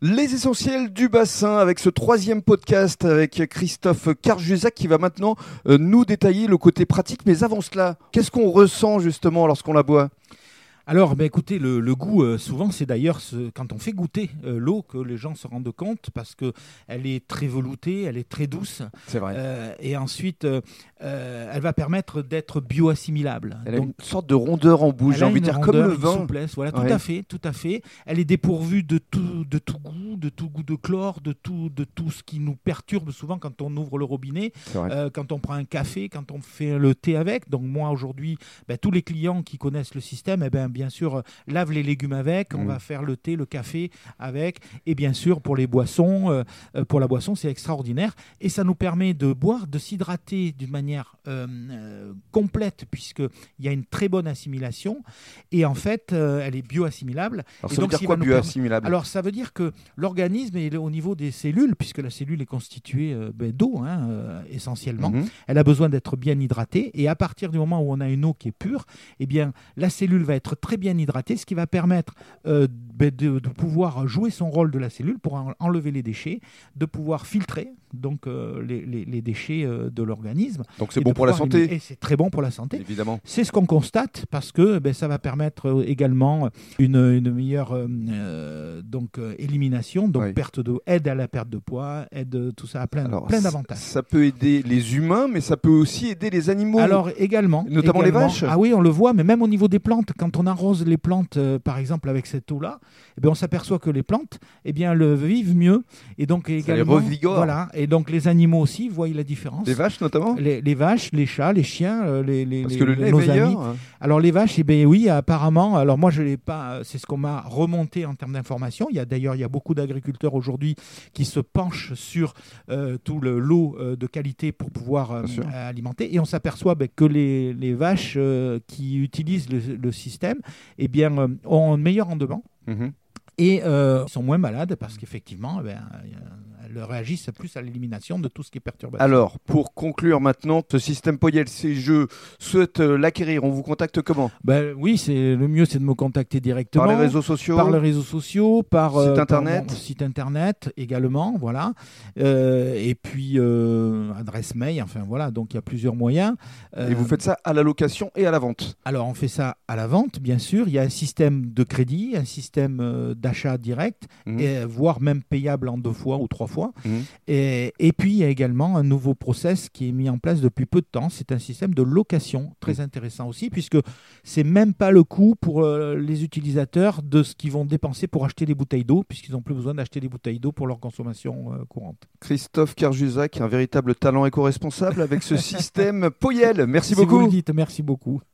Les essentiels du bassin avec ce troisième podcast avec Christophe Carjusac qui va maintenant euh, nous détailler le côté pratique. Mais avant cela, qu'est-ce qu'on ressent justement lorsqu'on la boit Alors, ben, écoutez, le, le goût, euh, souvent, c'est d'ailleurs ce- quand on fait goûter euh, l'eau que les gens se rendent compte parce que elle est très veloutée, elle est très douce. C'est vrai. euh, et ensuite, euh, euh, elle va permettre d'être bioassimilable. Elle a Donc, une sorte de rondeur en bouche, elle j'ai a envie une de dire rondeur, comme le une vin. souplesse, voilà, Ouais. tout à fait, tout à fait. Elle est dépourvue de tout, de tout goût, de tout goût de chlore, de tout, de tout ce qui nous perturbe souvent quand on ouvre le robinet. C'est vrai. Euh, quand on prend un café, quand on fait le thé avec. Donc moi aujourd'hui, ben, tous les clients qui connaissent le système, eh ben, bien sûr, euh, lavent les légumes avec, on Mm. va faire le thé, le café avec. Et bien sûr, pour les boissons, euh, euh, pour la boisson, c'est extraordinaire. Et ça nous permet de boire, de s'hydrater d'une manière euh, euh, complète, puisqu'il y a une très bonne assimilation. Et en fait, euh, elle est bioassimilable. Alors et ça veut donc, dire s'il quoi va nous permettre- bioassimilable Alors ça veut dire que l'organisme est au niveau des cellules, puisque la cellule est constituée euh, ben, d'eau hein, euh, essentiellement, Mhm. elle a besoin d'être bien hydratée et à partir du moment où on a une eau qui est pure, eh bien la cellule va être très bien hydratée, ce qui va permettre euh, ben, de, de pouvoir jouer son rôle de la cellule pour en- enlever les déchets, de pouvoir filtrer donc euh, les, les- les déchets euh, de l'organisme. Donc c'est et bon de pour la pouvoir santé, éliminer- Et c'est très bon pour la santé. évidemment. C'est ce qu'on constate parce que ben, ça va permettre euh, également une, une meilleure euh, euh, donc, euh, élimination, donc Oui. perte de, aide à la perte de poids, aide euh, tout ça à plein, Alors, plein ça- d'avantages. Ça peut aider les humains, mais ça peut aussi aider les animaux. Alors également. Notamment les également. vaches Ah oui, on le voit, mais même au niveau des plantes, quand on arrose les plantes, euh, par exemple, avec cette eau-là, eh bien, on s'aperçoit que les plantes, eh bien, elles vivent mieux. Et donc les également. revigore. Voilà. Et donc les animaux aussi voient la différence. les vaches notamment les, les vaches, les chats, les chiens, euh, les, les, Parce les- que le lait est nos amis. meilleur. hein. Alors les vaches, eh bien oui, apparemment. Alors moi je l'ai pas. euh, C'est ce qu'on m'a remonté en termes d'information. Il y a d'ailleurs il y a beaucoup d'agriculteurs aujourd'hui qui se penchent sur euh, tout le lot euh, de qualité pour pouvoir euh, Bien sûr. euh, alimenter. Et on s'aperçoit ben, que les, les vaches euh, qui utilisent le, le système, eh bien euh, ont un meilleur rendement Mhm. et euh, sont moins malades parce qu'effectivement, eh ben, euh, elles réagissent plus à l'élimination de tout ce qui est perturbateur. Alors, pour conclure maintenant, ce système Poyel, si je souhaite euh, l'acquérir, on vous contacte comment Ben oui, c'est le mieux, c'est de me contacter directement. Par les réseaux sociaux Par les réseaux sociaux, par, euh, Site par internet. mon site internet également, voilà. Euh, et puis euh, adresse mail, enfin voilà, donc il y a plusieurs moyens. Euh, Et vous faites ça à la location et à la vente. Alors on fait ça à la vente, bien sûr. Il y a un système de crédit, un système euh, d'achat direct, Mhm. et, euh, voire même payable en deux fois ou trois fois. Mhm. Et, et puis il y a également un nouveau process qui est mis en place depuis peu de temps. C'est un système de location Mhm. très intéressant aussi, puisque c'est même pas le coût pour euh, les utilisateurs de ce qu'ils vont dépenser pour acheter des bouteilles d'eau, puisqu'ils n'ont plus besoin d'acheter des bouteilles d'eau pour leur consommation euh, courante. Christophe Carjusac, un véritable talent éco-responsable avec ce système Poyel. Merci Si vous beaucoup. le dites, merci beaucoup.